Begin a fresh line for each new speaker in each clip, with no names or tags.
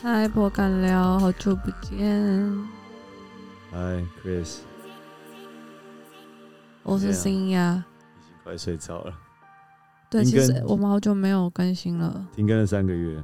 嗨，破干聊，好久不见，
嗨，Chris，
我是
对啊
新呀。
已经快睡着了，
对，
停
其
更
实我们好久没有更新了，
停更了三个月。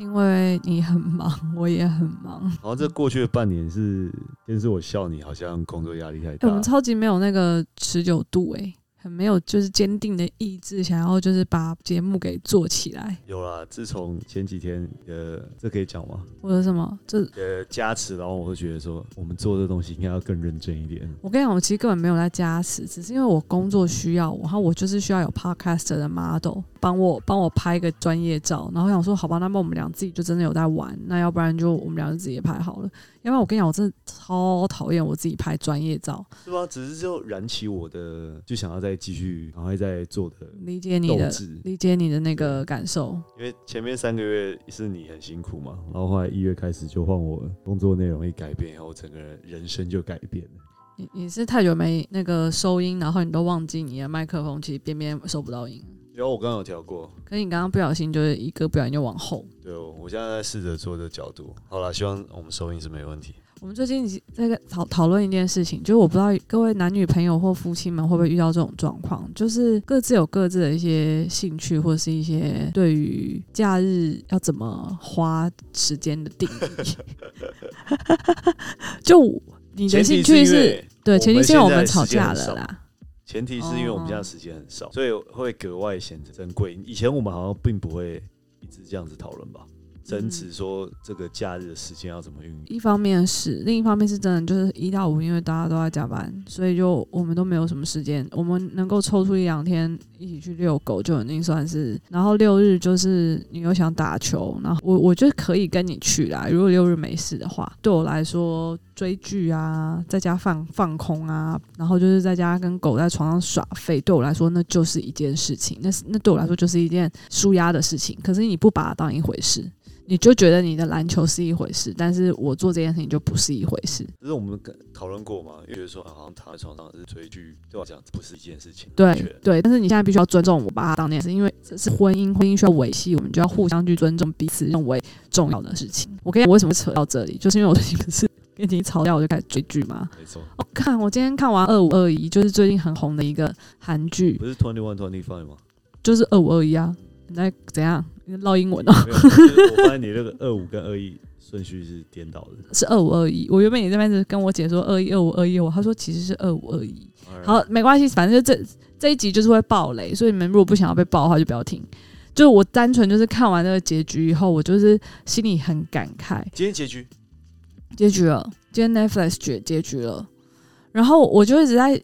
因为你很忙，我也很忙。
好像这过去的半年是，先是我笑你好像工作压力太
欸
大，
我们超级没有那个持久度、欸，很没有就是坚定的意志，想要就是把节目给做起来。
有啦。自从前几天，呃，这可以讲吗？
我的什么？这
呃，加持，然后我会觉得说，我们做这东西应该要更认真一点。
我跟你讲，我其实根本没有在加持，只是因为我工作需要我，然后我就是需要有 podcaster 的 model 帮我帮我拍一个专业照，然后想说好吧，那么我们俩自己就真的有在玩，那要不然就我们俩就自己拍好了。要不然我跟你讲，我真的超讨厌我自己拍专业照，
是吧？只是就燃起我的，就想要再继续，然后再做的
理解你
斗
的
志。
理解你的那个感受。
因为前面三个月是你很辛苦嘛，然后后来一月开始就换我工作内容一改变，然后整个人生就改变了。
你你是太久没那个收音，然后你都忘记你的麦克风其实边边收不到音，
然后我刚刚有调过，
可是你刚刚不小心就是一个不小心就往后。
对，我我现在在试着做这角度。好了，希望我们收音是没问题。
我们最近在跟讨讨论一件事情，就是我不知道各位男女朋友或夫妻们会不会遇到这种状况，就是各自有各自的一些兴趣，或是一些对于假日要怎么花时间的 定义。就 你的兴趣是对，前提是因为我们吵架了啦。
前提是因为
哦
我们现在时间很少，所以会格外显得珍贵。以前我们好像并不会一直这样子讨论吧，
嗯
争执说这个假日的时间要怎么运用。
一方面是，另一方面是真的，就是一到五，因为大家都在加班，所以就我们都没有什么时间。我们能够抽出一两天一起去遛狗，就已经算是。然后六日就是你又想打球，然后我我就可以跟你去啦。如果六日没事的话，对我来说追剧啊，在家放放空啊，然后就是在家跟狗在床上耍废，对我来说那就是一件事情，那是那对我来说就是一件舒压的事情。可是你不把它当一回事，你就觉得你的篮球是一回事，但是我做这件事情就不是一回事。
只是我们跟讨论过嘛，因为觉得说啊好像躺在床上是追剧，对我来讲不是一件事情。
对
的确
对，但是你现在必须要尊重我，把它当件事，因为这是婚姻，婚姻需要维系，我们就要互相去尊重彼此认为重要的事情。我跟你讲我为什么会扯到这里，就是因为我最近不是跟你吵架，我就开始追剧嘛。
没错，
哦，看 我今天看完《二五二一》，就是最近很红的一个韩剧，
不是 twenty one twenty five 吗？
就是《二五二一》啊。你在怎样？你在唠英文哦？
没有，就是我发现你那个二五跟二一顺序是颠倒的。
是二五二一。我原本也在那边跟我姐说二一二五二一，我她说其实是二五二一。好，没关系，反正就这这一集就是会爆雷，所以你们如果不想要被爆的话，就不要听。就我单纯就是看完那个结局以后，我就是心里很感慨，
今天结局
结局了，今天 Netflix 结结局了，然后我就一直在，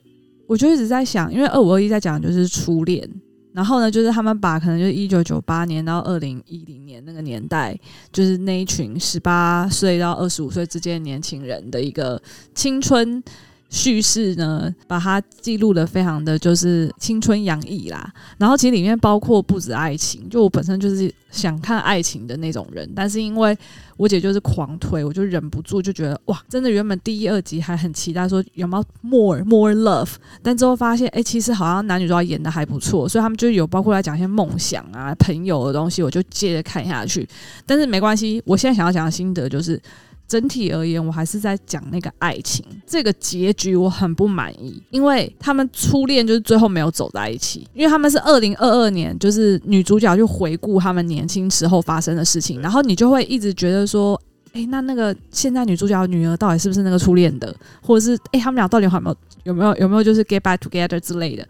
我就一直在想，因为二五二一在讲的就是初恋，然后呢，就是他们把可能就是一九九八年到二零一零年那个年代，就是那一群十八岁到二十五岁之间的年轻人的一个青春。叙事呢，把它记录的非常的就是青春洋溢啦。然后其实里面包括不止爱情，就我本身就是想看爱情的那种人，但是因为我姐就是狂推，我就忍不住就觉得哇，真的原本第一、二集还很期待说有没有 more more love，但之后发现哎、诶其实好像男女主角演的还不错，所以他们就有包括来讲一些梦想啊、朋友的东西，我就接着看下去。但是没关系，我现在想要讲的心得就是。整体而言，我还是在讲那个爱情这个结局，我很不满意，因为他们初恋就是最后没有走在一起，因为他们是二零二二年，就是女主角去回顾他们年轻时候发生的事情，
对
然后你就会一直觉得说，哎、那那个现在女主角的女儿到底是不是那个初恋的，或者是哎、诶他们俩到底有没有有没有有没有就是 get back together 之类的？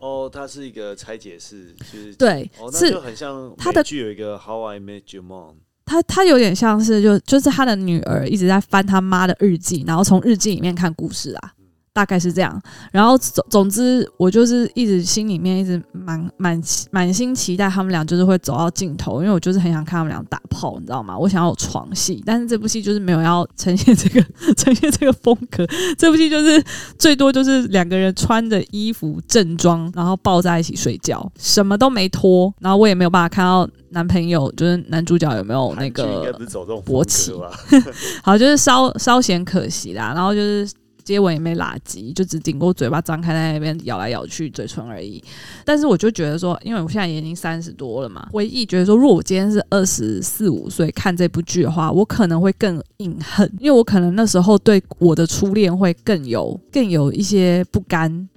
哦，它是一个拆解式，就是
对，
哦，那
是
就很像
它的
美剧有一个 How I Met Your Mom，
他他有点像是就就是他的女儿一直在翻他妈的日记，然后从日记里面看故事啊，大概是这样。然后总总之，我就是一直心里面一直满满满心期待他们俩就是会走到尽头，因为我就是很想看他们俩打炮，你知道吗？我想要有床戏，但是这部戏就是没有要呈现这个 呈现这个风格，这部戏就是最多就是两个人穿着衣服正装，然后抱在一起睡觉，什么都没脱，然后我也没有办法看到男朋友就是男主角有没有那
韩剧应
个
该不是走这种
勃起
风格吧？
好，就是稍稍显可惜啦。然后就是接吻也没拉鸡，就只顶过嘴巴张开在那边咬来咬去嘴唇而已。但是我就觉得说，因为我现在也已经三十多了嘛，回忆觉得说，如果我今天是二十四五岁看这部剧的话，我可能会更隐恨，因为我可能那时候对我的初恋会更有更有一些不甘。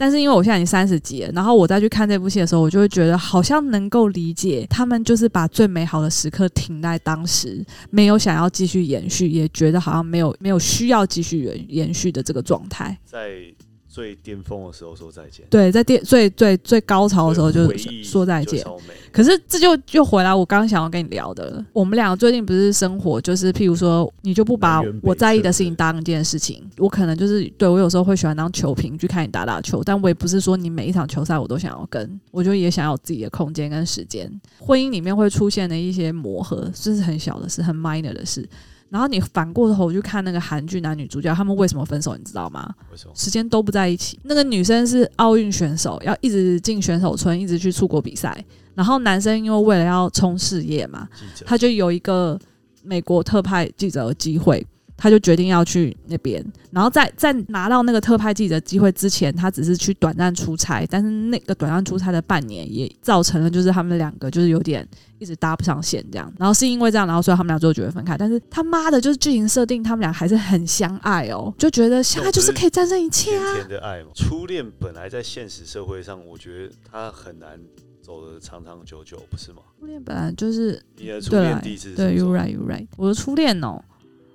但是因为我现在已经三十几了，然后我再去看这部戏的时候，我就会觉得好像能够理解他们就是把最美好的时刻停在当时，没有想要继续延续，也觉得好像没有没有需要继续延延续的这个状态。
在最巅峰的时候说再见，
对，在电最最最高潮的时候就
回忆
说再
就
见。
超美
可是这就就回来我刚刚想要跟你聊的了，我们俩最近不是生活，就是譬如说，你就不把
南辕北
我在意的
辙
事情当一件事情，我可能就是对我有时候会喜欢当球评去看你打打球，但我也不是说你每一场球赛我都想要跟，我就也想要有自己的空间跟时间。婚姻里面会出现的一些磨合，这是很小的事，很 minor 的事。然后你反过头去看那个韩剧男女主角他们为什么分手，你知道吗？
为什么？
时间都不在一起。那个女生是奥运选手，要一直进选手村，一直去出国比赛。然后男生因为为了要冲事业嘛，
记者
他就有一个美国特派记者的机会，他就决定要去那边。然后在在拿到那个特派记者机会之前，他只是去短暂出差，但是那个短暂出差的半年也造成了就是他们两个就是有点一直搭不上线这样。然后是因为这样，然后所以他们俩最后决定分开。但是他妈的，就是剧情设定，他们俩还是很相爱哦，就觉得相爱就是可以战胜一切
甜
啊。
甜的爱嘛。初恋本来在现实社会上，我觉得它很难走得长长久久，不是吗？
初恋本来就是
你的初
对
恋
啦
第一次是
对
什
，you
么时候
right you right，我的初恋哦，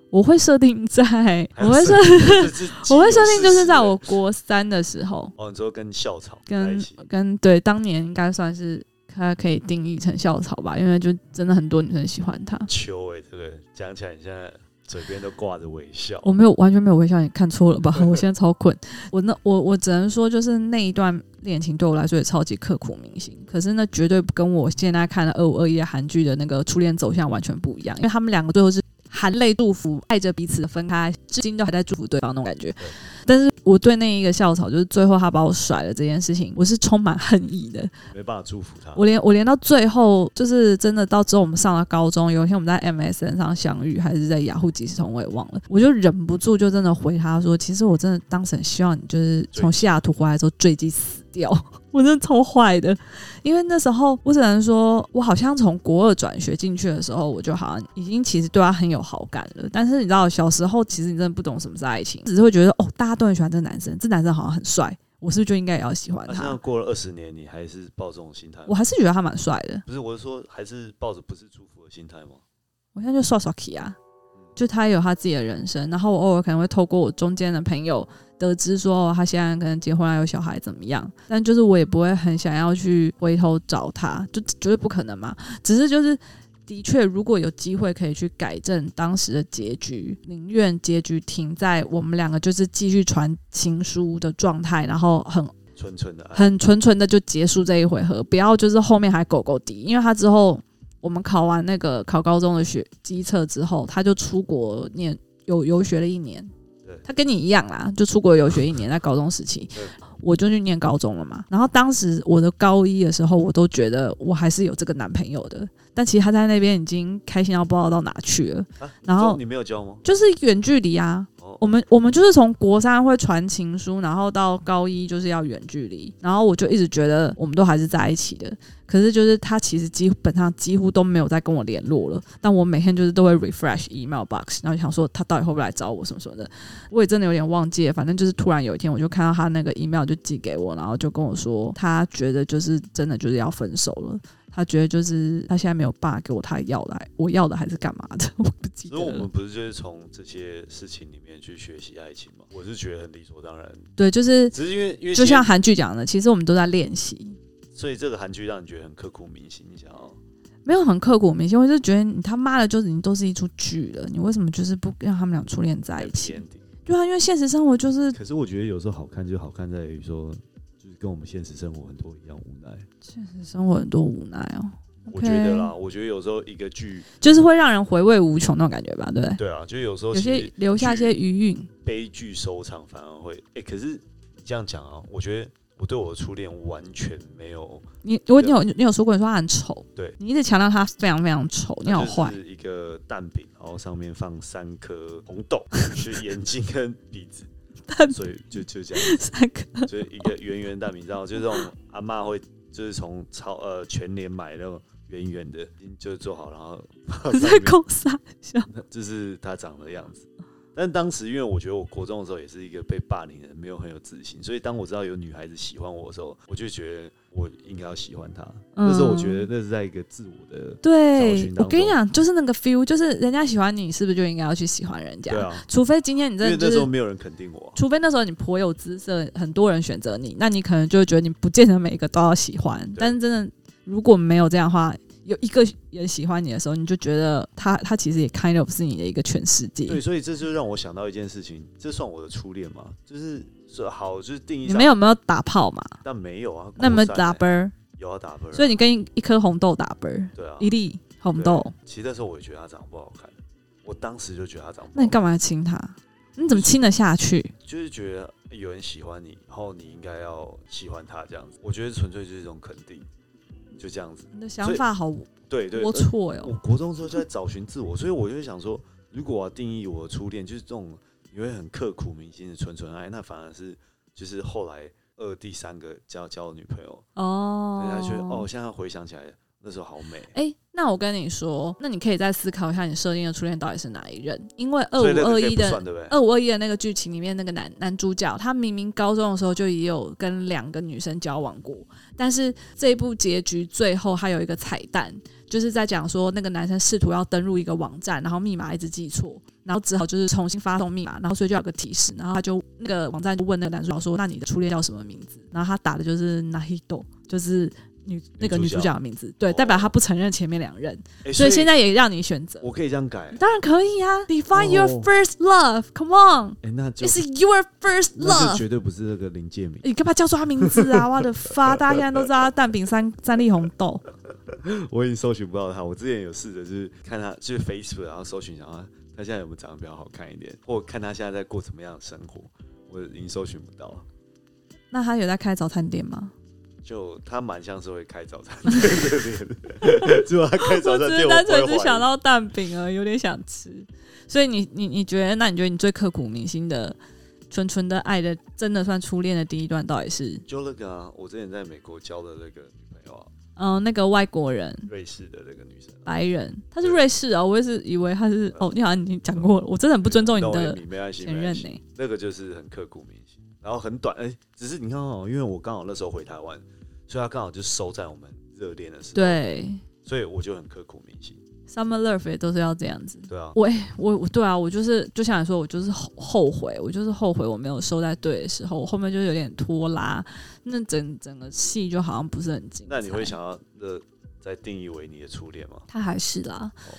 我会设定在，
还
我
有
会设，
设，这是
我会设定就是在
基
我
友事实
国三的时候，
哦，你说跟校草在一
跟
起，
跟对当年应该算是他可以定义成校草吧，因为就真的很多女生喜欢他。
秋哎、这个人讲起来你现在嘴边都挂着微笑，
我没有完全没有微笑，你看错了吧？我现在超困。我那我我只能说，就是那一段恋情对我来说也超级刻骨铭心。可是那绝对跟我现在看的二五二一的韩剧的那个初恋走向完全不一样，因为他们两个最后是含泪祝福，爱着彼此的分开，至今都还在祝福对方那种感觉。但是我对那一个校草，就是最后他把我甩了这件事情，我是充满恨意的。
没办法祝福他。
我连我连到最后，就是真的到之后我们上了高中，有一天我们在 MSN 上相遇，还是在雅虎即时通，我也忘了，我就忍不住就真的回他说，其实我真的当时很希望你就是从西雅图回来之后坠机死掉， 我真的超坏的，因为那时候我只能说，我好像从国二转学进去的时候，我就好像已经其实对他很有好感了，但是你知道小时候其实你真的不懂什么是爱情，只是会觉得哦，大家都很喜欢这个男生，这男生好像很帅，我是不是就应该也要喜欢
啊那、现在
他？
过了二十年，你还是抱这种心态吗？
我还是觉得他蛮帅的。
不是，我是说还是抱着不是祝福的心态吗？
我现在就刷刷 k 啊，就他有他自己的人生，然后我偶尔可能会透过我中间的朋友得知说、哦他现在可能结婚了有小孩怎么样，但就是我也不会很想要去回头找他，就绝对不可能嘛。只是就是的确，如果有机会可以去改正当时的结局，宁愿结局停在我们两个就是继续传情书的状态，然后很
纯纯的爱，
很纯纯的就结束这一回合，不要就是后面还狗狗滴，因为他之后我们考完那个考高中的学机测之后，他就出国念游游学了一年
对。
他跟你一样啦，就出国游学一年，在高中时期
对，
我就去念高中了嘛。然后当时我的高一的时候，我都觉得我还是有这个男朋友的，但其实他在那边已经开心到不知道到哪去了，
啊、
然后
你说你没有交吗？
就是远距离啊，
哦，
我们我们就是从国三会传情书，然后到高一就是要远距离，然后我就一直觉得我们都还是在一起的，可是就是他其实基本上几乎都没有在跟我联络了，但我每天就是都会 refresh email box，然后想说他到底会不会来找我什么什么的，我也真的有点忘记了，反正就是突然有一天我就看到他那个 email 就寄给我，然后就跟我说他觉得就是真的就是要分手了。他觉得就是他现在没有办法给我他要来我要的还是干嘛的， 我不记得
所以我
了
们。不是就是从这些事情里面去学习爱情吗？我是觉得很理所当然，
对，就是
只是因为因
就
为其实
像韩剧讲的，其实我们都在练习，
所以这个韩剧让你觉得很刻骨铭心，你想要
没有很刻骨铭心。我就觉得你他妈的，就是你都是一出剧了，你为什么就是不让他们俩初恋在一
happy
起？
ending。
对啊，因为现实生活就是
可是我觉得有时候好看就好看在于说，就是跟我们现实生活很多一样无奈。
生活很多无奈哦，
我觉得啦，我觉得有时候一个剧，
就是会让人回味无穷那种感觉吧，对不对？
对啊，就有时候
有
其
些
实
留下一些
剧
余韵，
悲剧收场反而会，哎、可是你这样讲啊，我觉得我对我的初恋完全没有，
你我你有你有说过你说他很丑，
啊对
你一直强调他非常非常丑，你好
就
坏，
是一 个蛋饼，然后上面放三颗红豆，就是眼睛跟鼻子，
蛋
所以就就这样，
三个，
就是一个圆圆的蛋饼，然后 就是这种阿嬷会就是从超呃全联买那种圆圆的，就做好，然后 放
你
上
在啊
面
勾三小，
就是他长的样子。但当时因为我觉得我国中的时候也是一个被霸凌的人，没有很有自信，所以当我知道有女孩子喜欢我的时候，我就觉得我应该要喜欢她。
嗯
那时候我觉得那是在一个自我的，找
对
寻当，中
我跟你讲，就是那个 feel，就是人家喜欢你，是不是就应该要去喜欢人家？
对啊，
除非今天你
因
真的
为
就
那时
是
候没有人肯定我啊，
除非那时候你颇有姿色，很多人选择你，那你可能就会觉得你不见得每一个都要喜欢。但是真的，如果没有这样的话，有一个人喜欢你的时候，你就觉得他他其实也 kind of 是你的一个全世界。
对，所以这就让我想到一件事情，这算我的初恋吗？就是说好，就是定义
你
上
们，有没有打炮嘛？
但没有啊，
那有没有
国三
打
欸
啵儿？
有啊打啵儿啊，
所以你跟一一颗红豆打啵儿，
对啊，
一粒红豆，
其实那时候我也觉得他长得不好看，我当时就觉得他长得不好看，
那你干嘛要亲他？你怎么亲得下去？
就是觉得有人喜欢你，然后你应该要喜欢他这样子。我觉得纯粹就是一种肯定，就这样子。
你的
所
想
以
法好
对对，
龌
呃
龊
我
哟！
国中的时候就在找寻自我，所以我就想说，如果我要定义我的初恋，就是这种你会很刻苦铭心的纯纯爱，那反而是就是后来二第三个交交的女朋友，
哦
人，家觉得哦，现在回想起来那时候好美。
哎、那我跟你说，那你可以再思考一下，你设定的初恋到底是哪一任？因为二
所以那
五
个
哎二
可以
一
不算
的哦
对不对？
二五呃二一的那个剧情里面，那个男男主角，他明明高中的时候就也有跟两个女生交往过，但是这一部结局最后还有一个彩蛋，就是在讲说那个男生试图要登入一个网站，然后密码一直记错。然后只好就是重新发送密码，然后所以就有个提示，然后他就那个网站就问那个男主角说：“那你的初恋叫什么名字？”然后他打的就是 Nahito，就是女那个女主角的名字，对，代表他不承认前面两任，
哎
嗯所以现在也让你选择。
我可以这样改，
当然可以啊，Define your
哦
first love, come on,
哎，那就
it's your first
那就
love。
绝对不是那个林建明，
你干嘛叫出他名字 啊？我的发，大家现在都知道他蛋饼三三粒红豆。
我已经搜寻不到他。我之前有试着就是看他，就是 Facebook，然后搜寻，然后他现在有没有长得比较好看一点，或看他现在在过怎么样的生活，我已经搜寻不到了。
那他有在开早餐店吗？
就他蛮像是会开早餐店的人， 只有他开早
我
餐
只
店，
是
我
单
不会
纯
怀疑
只想到蛋饼而已，有点想吃。所以你你你觉得，那你觉得你最刻骨铭心的、纯纯的爱的，真的算初恋的第一段到底是？
就那个啊，我之前在美国交的那个女朋友啊，
嗯、那个外国人
瑞士的那个女生啊，
白人，他是瑞士哦，我一直以为他是哦，你好像已经讲过了，我真的很不尊重
那
你
我也
的
没没关系，
前
没
任欸
关
呢、
系，那个就是很刻骨铭心，然后很短，哎、只是你看哦，因为我刚好那时候回台湾，所以他刚好就收在我们热恋的时候，
对
所以我就很刻苦铭心。
，summer love 也都是要这样子。
对啊，
我我我对啊，我就是就像你说，我就是后后悔，我就是后悔我没有收在对的时候，我后面就有点拖拉，那整整个戏就好像不是很精彩。
那你会想要的再定义为你的初恋吗？
他还是啦
哦。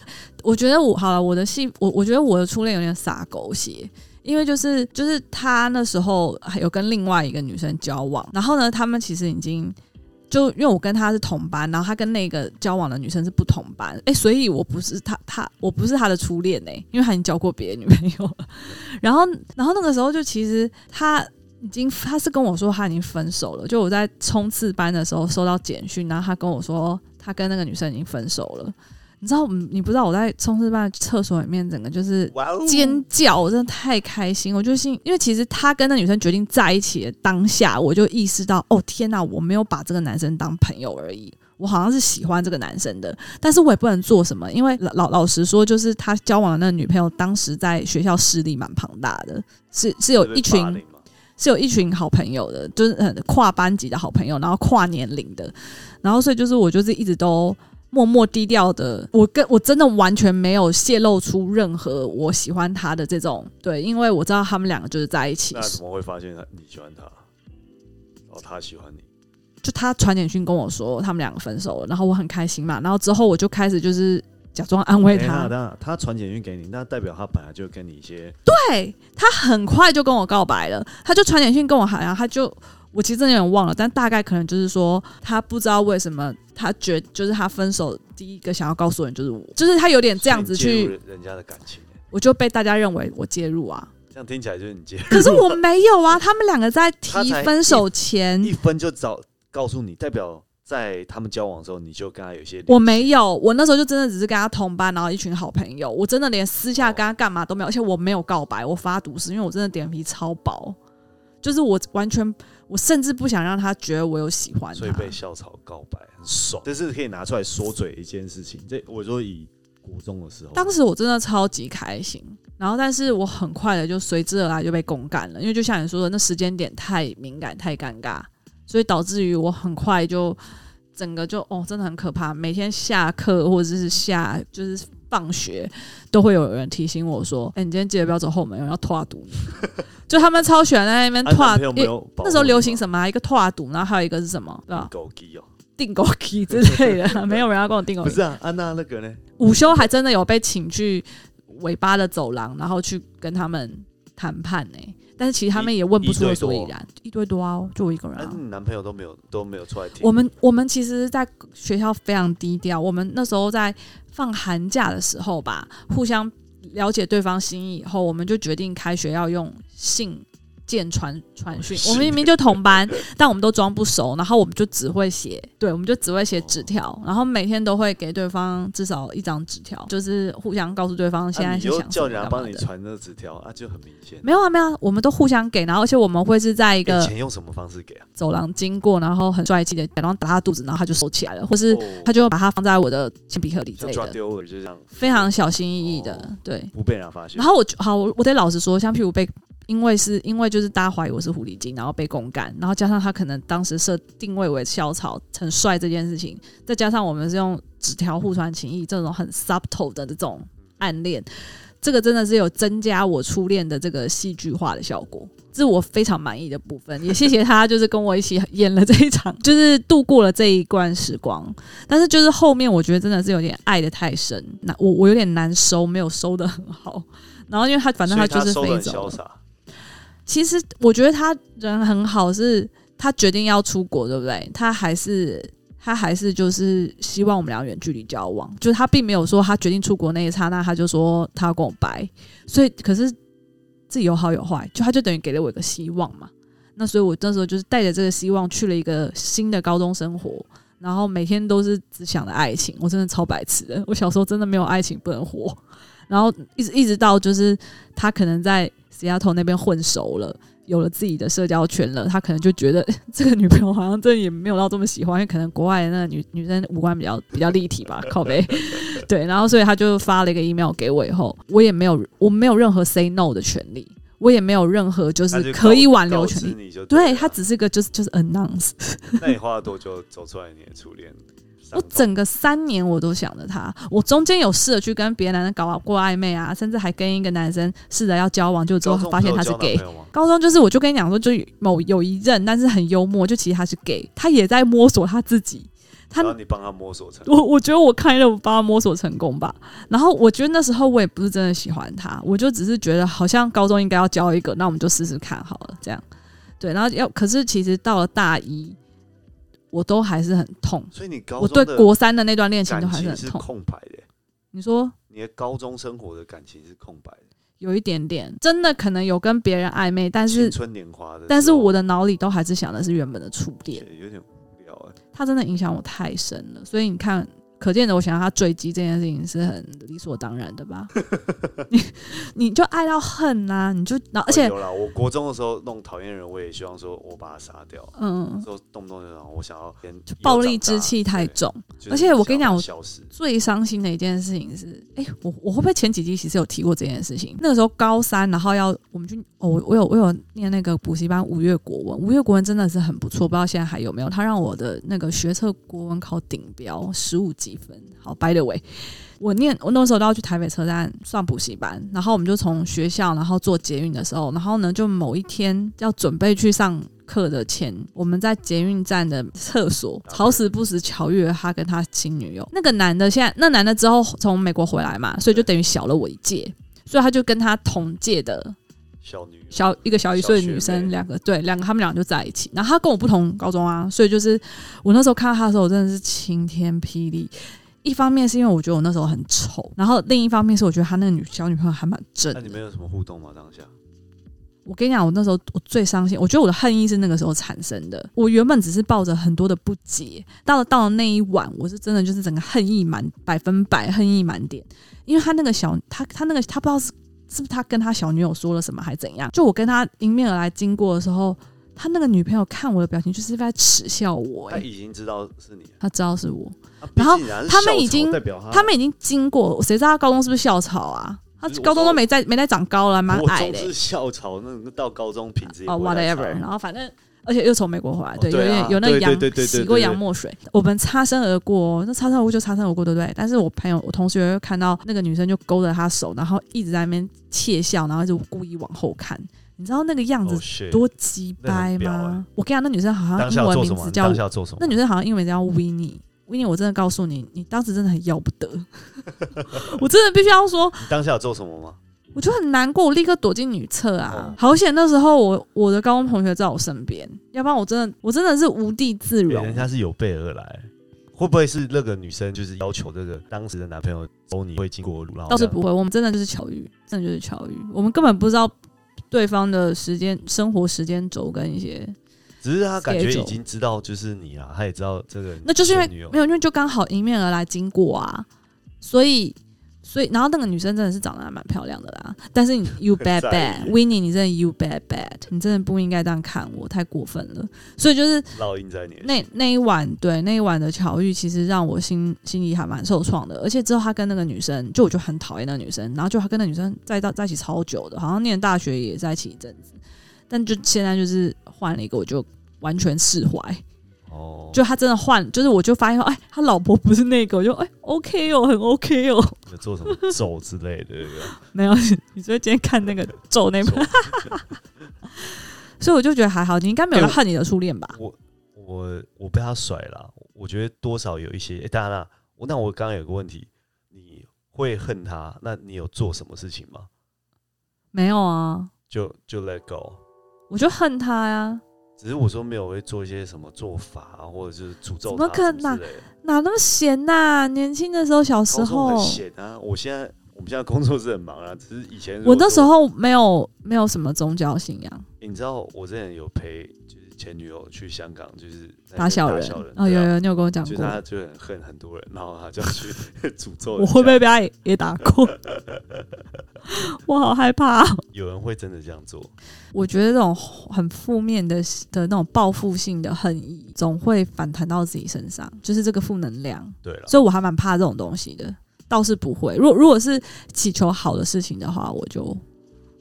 我觉得我好了，我的戏，我我觉得我的初恋有点撒狗血，因为就是就是他那时候还有跟另外一个女生交往，然后呢，他们其实已经。就因为我跟他是同班，然后他跟那个交往的女生是不同班，哎、所以我不是他，他我不是他的初恋呢、欸因为他已经交过别的女朋友了。 然后，然后那个时候就其实他已经他是跟我说他已经分手了，就我在冲刺班的时候收到简讯，然后他跟我说他跟那个女生已经分手了。你知道，嗯你不知道我在冲刺班的厕所里面，整个就是
哇哦
尖叫，我真的太开心。我就心，因为其实他跟那女生决定在一起的当下，我就意识到，哦天哪，我没有把这个男生当朋友而已。我好像是喜欢这个男生的，但是我也不能做什么，因为老老老实说，就是他交往的那个女朋友，当时在学校势力蛮庞大的，是是有一群
会被霸凌吗
是有一群好朋友的，就是很跨班级的好朋友，然后跨年龄的，然后所以就是我就是一直都默默低调的，我跟我真的完全没有泄露出任何我喜欢他的这种对，因为我知道他们两个就是在一起
那，怎么会发现他你喜欢他？哦，他喜欢你，
就他传简讯跟我说他们两个分手了，然后我很开心嘛，然后之后我就开始就是假装安慰
哎
他，
那那他传简讯给你，那代表他本来就跟你一些
对他很快就跟我告白了，他就传简讯跟我喊啊，他就我其实真的有点忘了，但大概可能就是说他不知道为什么他觉就是他分手第一个想要告诉人就是我，就是他有点这样子
介入
去，
人家的感情、哎
我就被大家认为我介入啊，
这样听起来就是你介入
可是我没有啊，他们两个在提分手前
一分就早告诉你，代表在他们交往的时候，你就跟他有一些
我没有，我那时候就真的只是跟他同班，然后一群好朋友，我真的连私
哦
下跟他干嘛都没有，而且我没有告白，我发毒誓，因为我真的脸皮超薄，就是我完全，我甚至不想让他觉得我有喜欢
所以被
他。
校草告白很爽，这是可以拿出来说嘴的一件事情。这我说以国中的时候，
当时我真的超级开心，然后但是我很快的就随之而来就被公干了，因为就像你说的，那时间点太敏感太尴尬，所以导致于我很快就整个就哦真的很可怕，每天下课或者是下就是放学都会有人提醒我说，哎、你今天记得不要走后门，有人 要拖毒你，就他们超喜欢在那边
啊男
拖
朋友没
因为
有保护你吗，
那时候流行什么啊、一个拖毒，然后还有一个是什么？对吧？
狗鸡哦，
定狗 key 之类 的，没有人要跟我定狗
不
key。
是啊，安娜那个呢？
午休还真的有被请去尾巴的走廊，然后去跟他们谈判呢、但是其实他们也问不出个所以然，一堆哦多啊，就我一个人、
啊，
啊。
你男朋友都没有都没有出来听。
我们我们其实，在学校非常低调。我们那时候在放寒假的时候吧，互相了解对方心意以后，我们就决定开学要用信件传传讯。
是
我们明明就同班，但我们都装不熟，然后我们就只会写，对，我们就只会写纸条，然后每天都会给对方至少一张纸条，就是互相告诉对方
啊
现在
你
是
又
想什
叫
么
人家
干
帮
嘛
你
的
传那纸条啊，就很明显。
没有啊，没有啊，我们都互相给，然后而且我们会是在一
以
个
前用什么方式给啊？
走廊经过，然后很帅气的假装打他肚子，然后他就收起来了，或是
哦
他就把它放在我的铅笔盒里之
像
类
抓
的，
丢了，就这样
非常小心翼翼的。
哦
对，
不被人家发现
然。后我就好，我我得老实说，像譬如被，因为是因为就是大家怀疑我是狐狸精，然后被公干，然后加上他可能当时设定位为校草很帅这件事情，再加上我们是用纸条互传情谊这种很 subtle 的这种暗恋，这个真的是有增加我初恋的这个戏剧化的效果，这是我非常满意的部分，也谢谢他就是跟我一起演了这一场， 就是度过了这一段时光。但是就是后面我觉得真的是有点爱的太深，那我我有点难收，没有收的很好。然后因为他反正
所以
就是
收的
飞
很
走
潇
了，
洒，
其实我觉得他人很好是，他决定要出国，对不对？他还是他还是就是希望我们俩远距离交往，就是他并没有说他决定出国那一刹那他就说他要跟我掰，所以可是自己有好有坏，就他就等于给了我一个希望嘛。那所以我那时候就是带着这个希望去了一个新的高中生活。然后每天都是只想着爱情，我真的超白痴的。我小时候真的没有爱情不能活，然后一直一直到就是他可能在 Seattle 那边混熟了，有了自己的社交圈了，他可能就觉得 这个女朋友好像真的也没有到这么喜欢，因为可能国外的那个女女生五官比较比较立体吧，靠背。 对，然后所以他就发了一个 email 给我，以后我也没有我没有任何 say no 的权利，我也没有任何就
他
是
就
可以
告
挽留
告
权
知
利。
你就
对
了
他只是个就是就是 announce，
那你花了多久走出来你的初恋？
我整个三年我都想着他，我中间有试着去跟别的男生搞过暧昧啊，甚至还跟一个男生试着要交往，就之后
高中
发现
不
他
有
是
交男
gay。
朋友吗
高中就是我就跟你讲说，就某有一任，但是很幽默，就其实他是 gay，他也在摸索他自己。他
然后你帮他摸索成功，
我我觉得我看了我帮他摸索成功吧，然后我觉得那时候我也不是真的喜欢他，我就只是觉得好像高中应该要交一个，那我们就试试看好了，这样。对，然后要可是其实到了大一，我都还是很痛，
所以你高
我
中
对
的
国三的那段恋情
感
都还
情
很
是
痛。
空白的，
你说
你的高中生活的感情是空白的，
有一点点，真的可能有跟别人暧昧，但
青
是
春年华的时候，
但是我的脑里都还是想的是原本的初恋，
有点无聊哎。
它真的影响我太深了，所以你看。可见的，我想要他坠机这件事情是很理所当然的吧？ 你你就爱到恨呐、你就然后而且
哦有啦，我国中的时候弄讨厌人，我也希望说我把他杀掉，啊
嗯，
说动不动就让我想要先
暴力之气太，重。
对
而且我跟你讲
就是想要消失，
最伤心的一件事情是，哎、我我会不会前几集其实有提过这件事情？那个时候高三，然后要我们去，哦，我我有我有念那个补习班五月国文，五月国文真的是很不错，不知道现在还有没有？他让我的那个学测国文考顶标十五几分。好，by the way，我念我那时候都要去台北车站上补习班，然后我们就从学校，然后坐捷运的时候，然后呢，就某一天要准备去上。课的前，我们在捷运站的厕所，好死不死巧遇了他跟他新女友。那个男的现在，那男的之后从美国回来嘛，所以就等于小了我一届，所以他就跟他同届的
小女
小呃一个小一岁的女
小学
生，
妹
两个对两个他们俩就在一起。然后他跟我不同高中啊，所以就是我那时候看到他的时候，我真的是晴天霹雳。一方面是因为我觉得我那时候很丑，然后另一方面是我觉得他那个女小女朋友还蛮正
那
的
你们有什么互动吗？当下
我跟你讲，我那时候我最伤心，我觉得我的恨意是那个时候产生的。我原本只是抱着很多的不解，到了到了那一晚，我是真的就是整个恨意满百分百，恨意满点。因为他那个小他他那个他不知道是是不是他跟他小女友说了什么，还怎样？就我跟他迎面而来经过的时候，他那个女朋友看我的表情就是在耻笑我、
他
欸，
已经知道是你了，
他知道是我，
啊
然后
毕竟人家是
他们
校
已
草
经
代表他，
他们已经经过，谁知道他高中是不是校草啊？他
不是我
高中
说
都没在没在长高了，还蛮
国
矮
中
的欸、
是校草，那个到高中品质也
哦
不会太差
，whatever，然后反正。而且又从美国回来，对，有
对啊
点有那
对对
洋
对对对
洗
对
过
对
洋墨水，我们擦身而过哦，那擦身而过就擦身而过，对不对？但是我朋友、我同学又看到那个女生就勾着他手，然后一直在那边窃笑，然后就故意往后看，你知道那个样子
Oh shit，
多鸡
那很
掰
婊
吗
啊？
我跟你讲，那女生好像
当下
英文
做什
名
么？
字
你
叫
当下做什么？
那女生好像英文叫 w i n n i w i n n i 我真的告诉你，你当时真的很要不得， 我真的必须要说，
你当下有做什么吗？
我就很难过，我立刻躲进女厕啊！
哦
好险那时候我我的高中同学在我身边，要不然我真的我真的是无地自
欸
容
人。家是有备而来，会不会是那个女生就是要求这个当时的男朋友收你会经过路，然后
倒是
这样
不会，我们真的就是巧遇，真的就是巧遇，我们根本不知道对方的时间、生活时间轴跟一些，
只是他感觉
schedule
已经知道就是你啊，他也知道这个
那就是因为
前女哦友
没有，因为就刚好迎面而来经过啊，所以。所以，然后那个女生真的是长得还蛮漂亮的啦，但是你 you bad
很在
bad
意
w i n n i e 你真的 you bad bad，你真的不应该这样看我，太过分了。所以就是
烙印在你的心。
那那一晚，对那一晚的巧遇，其实让我心心里还蛮受创的。而且之后他跟那个女生，就我就很讨厌那个女生，然后就他跟那女生在到在一起超久的，好像念大学也在一起一阵子，但就现在就是换了一个，我就完全释怀。
哦，
就他真的换，就是我就发现，哎，他老婆不是那个，我就哎 OK 哦，很 OK 哦。
有做什么咒之类的，对不对
没有，你说今天看那个咒 那部，所以我就觉得还好，你应该没有人恨你的初恋吧？
我我被他甩了，我觉得多少有一些。欸、当然啦，我那我刚刚有个问题，你会恨他？那你有做什么事情吗？
没有啊，
就就 let go。
我就恨他呀、
只是我说没有会做一些什么做法啊，或者是诅
怎
咒
么
他
可
什
能啊
之类的。
哪那么闲呐、年轻的时候，小时
高中
候
很，闲啊，我现在我们现在工作是很忙啊，只是以前如果
我那时
说、
候没有没有什么宗教信仰，
欸你知道我之前有陪就是前女友去香港，就是在那边
打小
打
人
小人
哦，
对
有
啊
有，你有跟我讲
就是
过，
他就很恨很多人，然后他就要去 诅咒人
我
家。
会不会被他也也打 过？我好害怕哦、
有人会真的这样做？
我觉得这种很负面的的那种报复性的恨意，总会反弹到自己身上，就是这个负能量。
对了，
所以我还蛮怕这种东西的，倒是不会。如果如果是祈求好的事情的话，我就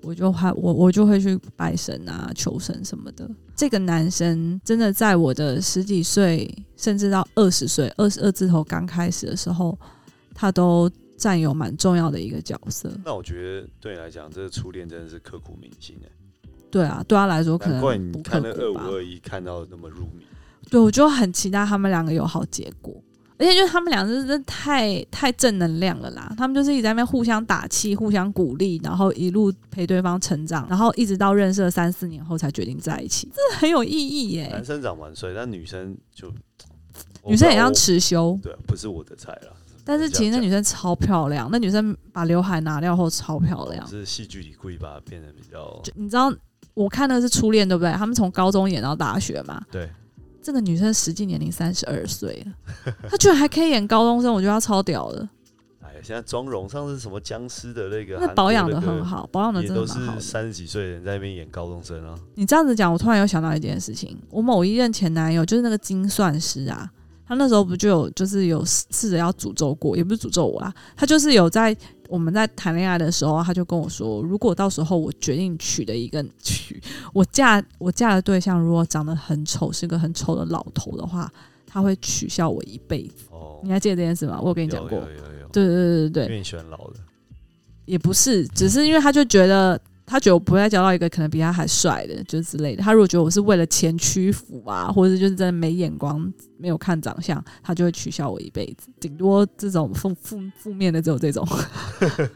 我就还我我就会去拜神啊、求神什么的。这个男生真的在我的十几岁，甚至到二十岁、二十二字头刚开始的时候，他都占有蛮重要的一个角色。
那我觉得对你来讲，这个初恋真的是刻骨铭心哎、
对啊，对他来说可
难怪
能不
你
刻
看那二
骨
五
吧。
二一看到那么入迷。
对，我就很期待他们两个有好结果。而且就是他们俩真的太太正能量了啦，他们就是一直在那边互相打气、互相鼓励，然后一路陪对方成长，然后一直到认识了三四年后才决定在一起，这很有意义耶、
男生长蛮帅，但女生就
哎女生也
要
像持修，
对啊，不是我的菜啦。
但是其实那女生超漂亮，那女生把刘海拿掉后超漂亮。
是戏剧里故意把它变得比较
就你知道我看的是初恋对不对？他们从高中演到大学嘛，
对。
这个女生实际年龄三十二岁了，她居然还可以演高中生，我觉得她超屌的。
哎，现在妆容上次什么僵尸的那个，
那
韩
保
国
养
那
的
个
很，好，保养的
也
真的
都
蛮好
是
的。
三十几岁的人在那边演高中生啊。
你这样子讲，我突然又想到一件事情，我某一任前男友就是那个精算师啊，他那时候不就有就是有试着要诅咒过，也不是诅咒我啦，他就是有在我们在谈恋爱的时候啊，他就跟我说，如果到时候我决定娶的一个娶我嫁我嫁的对象，如果长得很丑，是个很丑的老头的话，他会取笑我一辈子。
哦，
你还记得这件事吗？我有跟你
有
讲过。
有有有，
对对对对对
因，为你喜欢老的，
也不是，只是因为他就觉得他觉得我不会交到一个可能比他还帅的，就是之类的。他如果觉得我是为了钱屈服啊，或者是就是真的没眼光，没有看长相，他就会取笑我一辈子。顶多这种负负负面的只有这种，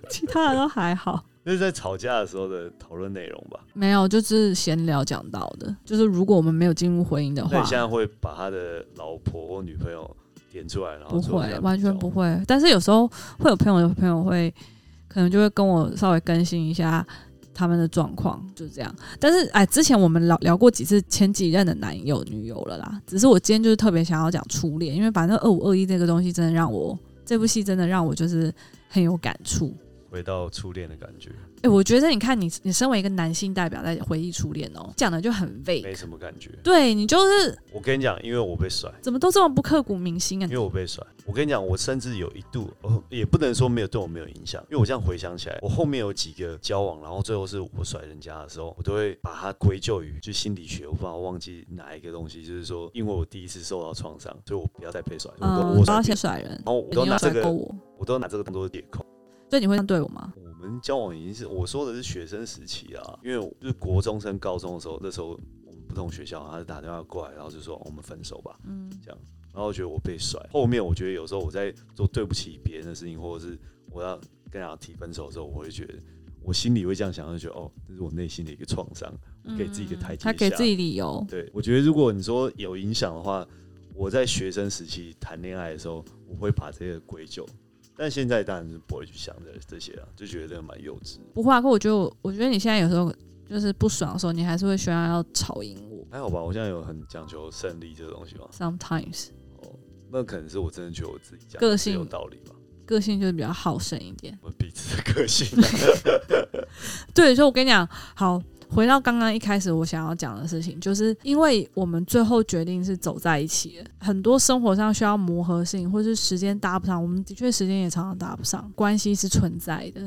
其他的都还好。
那是在吵架的时候的讨论内容吧？
没有，就是闲聊讲到的，就是如果我们没有进入婚姻的
那
话
你，现在会把他的老婆或女朋友点出来，然后
不
说
会，
像
完全
比较
不会。但是有时候会有朋友，有朋友会可能就会跟我稍微更新一下他们的状况就这样。但是哎，之前我们聊聊过几次前几任的男友女友了啦，只是我今天就是特别想要讲初恋，因为反正二五二一这个东西真的让我这部戏真的让我就是很有感触。
回到初恋的感觉，
哎、我觉得你看你你身为一个男性代表在回忆初恋哦，讲的就很
没
vague，
什么感觉。
对你就是
我跟你讲，因为我被甩，
怎么都这么不刻骨铭心啊
因为？我被甩。我跟你讲，我甚至有一度，哦，也不能说没有对我没有影响，因为我这样回想起来，我后面有几个交往，然后最后是我甩人家的时候，我都会把它归咎于就心理学，我不知道忘记哪一个东西，就是说，因为我第一次受到创伤，所以我不要再被甩，我都
嗯，
我
不
甩
要先
别人，
甩人
然，后我
你
都拿
又
这
甩过
个，
我，
我都拿这个当做借口。
所以你会这样对我吗？
我们交往已经是我说的是学生时期啊，因为我就是国中升高中的时候，那时候我们不同学校，他就打电话过来，然后就说哦我们分手吧，
嗯，
然后我觉得我被甩。后面我觉得有时候我在做对不起别人的事情，或者是我要跟人家提分手的时候，我会觉得我心里会这样想，就觉得哦，这是我内心的一个创伤，给自己一个台阶
嗯他给
下
自己理由，
对，我觉得如果你说有影响的话，我在学生时期谈恋爱的时候，我会把这个归咎，但现在当然是不会去想这这些啊了，就觉得蛮幼稚。
不会啊，可我觉得我，我觉得你现在有时候就是不爽的时候，你还是会需要要吵赢我。
还好吧，我现在有很讲求胜利这个东西嘛。
Sometimes
哦，那可能是我真的觉得我自己讲
个
的是
性
有道理吧。
个性就是比较好胜一点。
我们彼此的 个性，
对，所以我跟你讲，好，回到刚刚一开始我想要讲的事情，就是因为我们最后决定是走在一起的，很多生活上需要磨合性，或是时间搭不上，我们的确时间也常常搭不上，关系是存在的。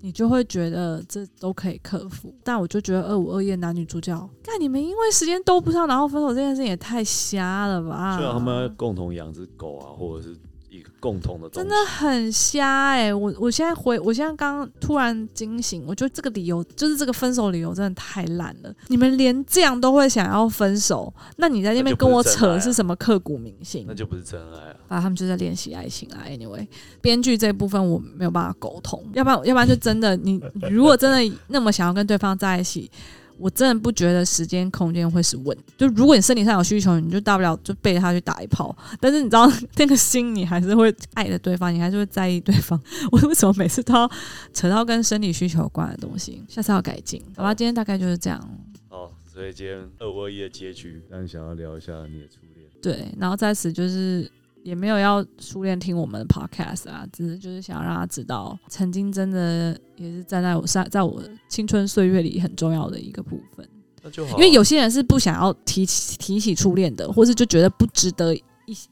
你就会觉得这都可以克服，但我就觉得二五二夜男女主角，看你们因为时间都不上，然后分手这件事情也太瞎了吧？
虽啊然他们要共同养只狗啊，或者是一个共同的东
真
西，
的很瞎哎、我我现在回，我现在刚刚突然惊醒，我觉得这个理由就是这个分手理由真的太烂了。你们连这样都会想要分手，那你在那边跟我扯是什么刻骨铭心
那？就不是真爱啊。
反正他们就在练习爱情啊。Anyway，编剧这部分我没有办法沟通，要不然要不然就真的你你如果真的那么想要跟对方在一起。我真的不觉得时间空间会是问题，就如果你身体上有需求，你就大不了就背着他去打一炮。但是你知道那个心，你还是会爱着对方，你还是会在意对方。 我为什么每次都要扯到跟生理需求有关的东西？下次要改进，好吧？今天大概就是这样。
哦，所以今天二五二一的结局，但想要聊一下你的初恋。
对，然后在此就是也没有要初恋听我们的 podcast 啊，只是就是想让他知道，曾经真的也是站在我在在我青春岁月里很重要的一个部分。
那就好啊、
因为有些人是不想要提起提起初恋的，或是就觉得不值得一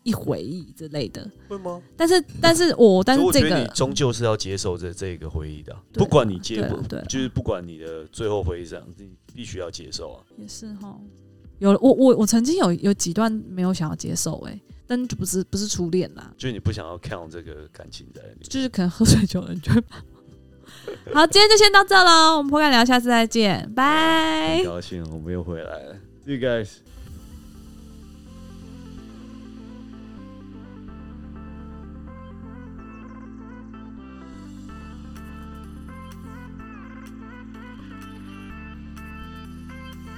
一回忆之类的。
会吗？
但是，但是我但
嗯所以
是
我
这
觉得你
个
终究是要接受这这个回忆的啊、
对
不管你接
对
不
啊对啊，
就是不管你的最后回忆是怎样，你必须要接受啊。
也是哈，有我我我曾经有有几段没有想要接受哎、但就不是不是初恋啦，
就是你不想要 count 这个感情在里面。
就是可能喝醉酒了，你就会把。好，今天就先到这喽，我们破干聊，下次再见，拜。哎
很高兴我们又回来了，See you guys。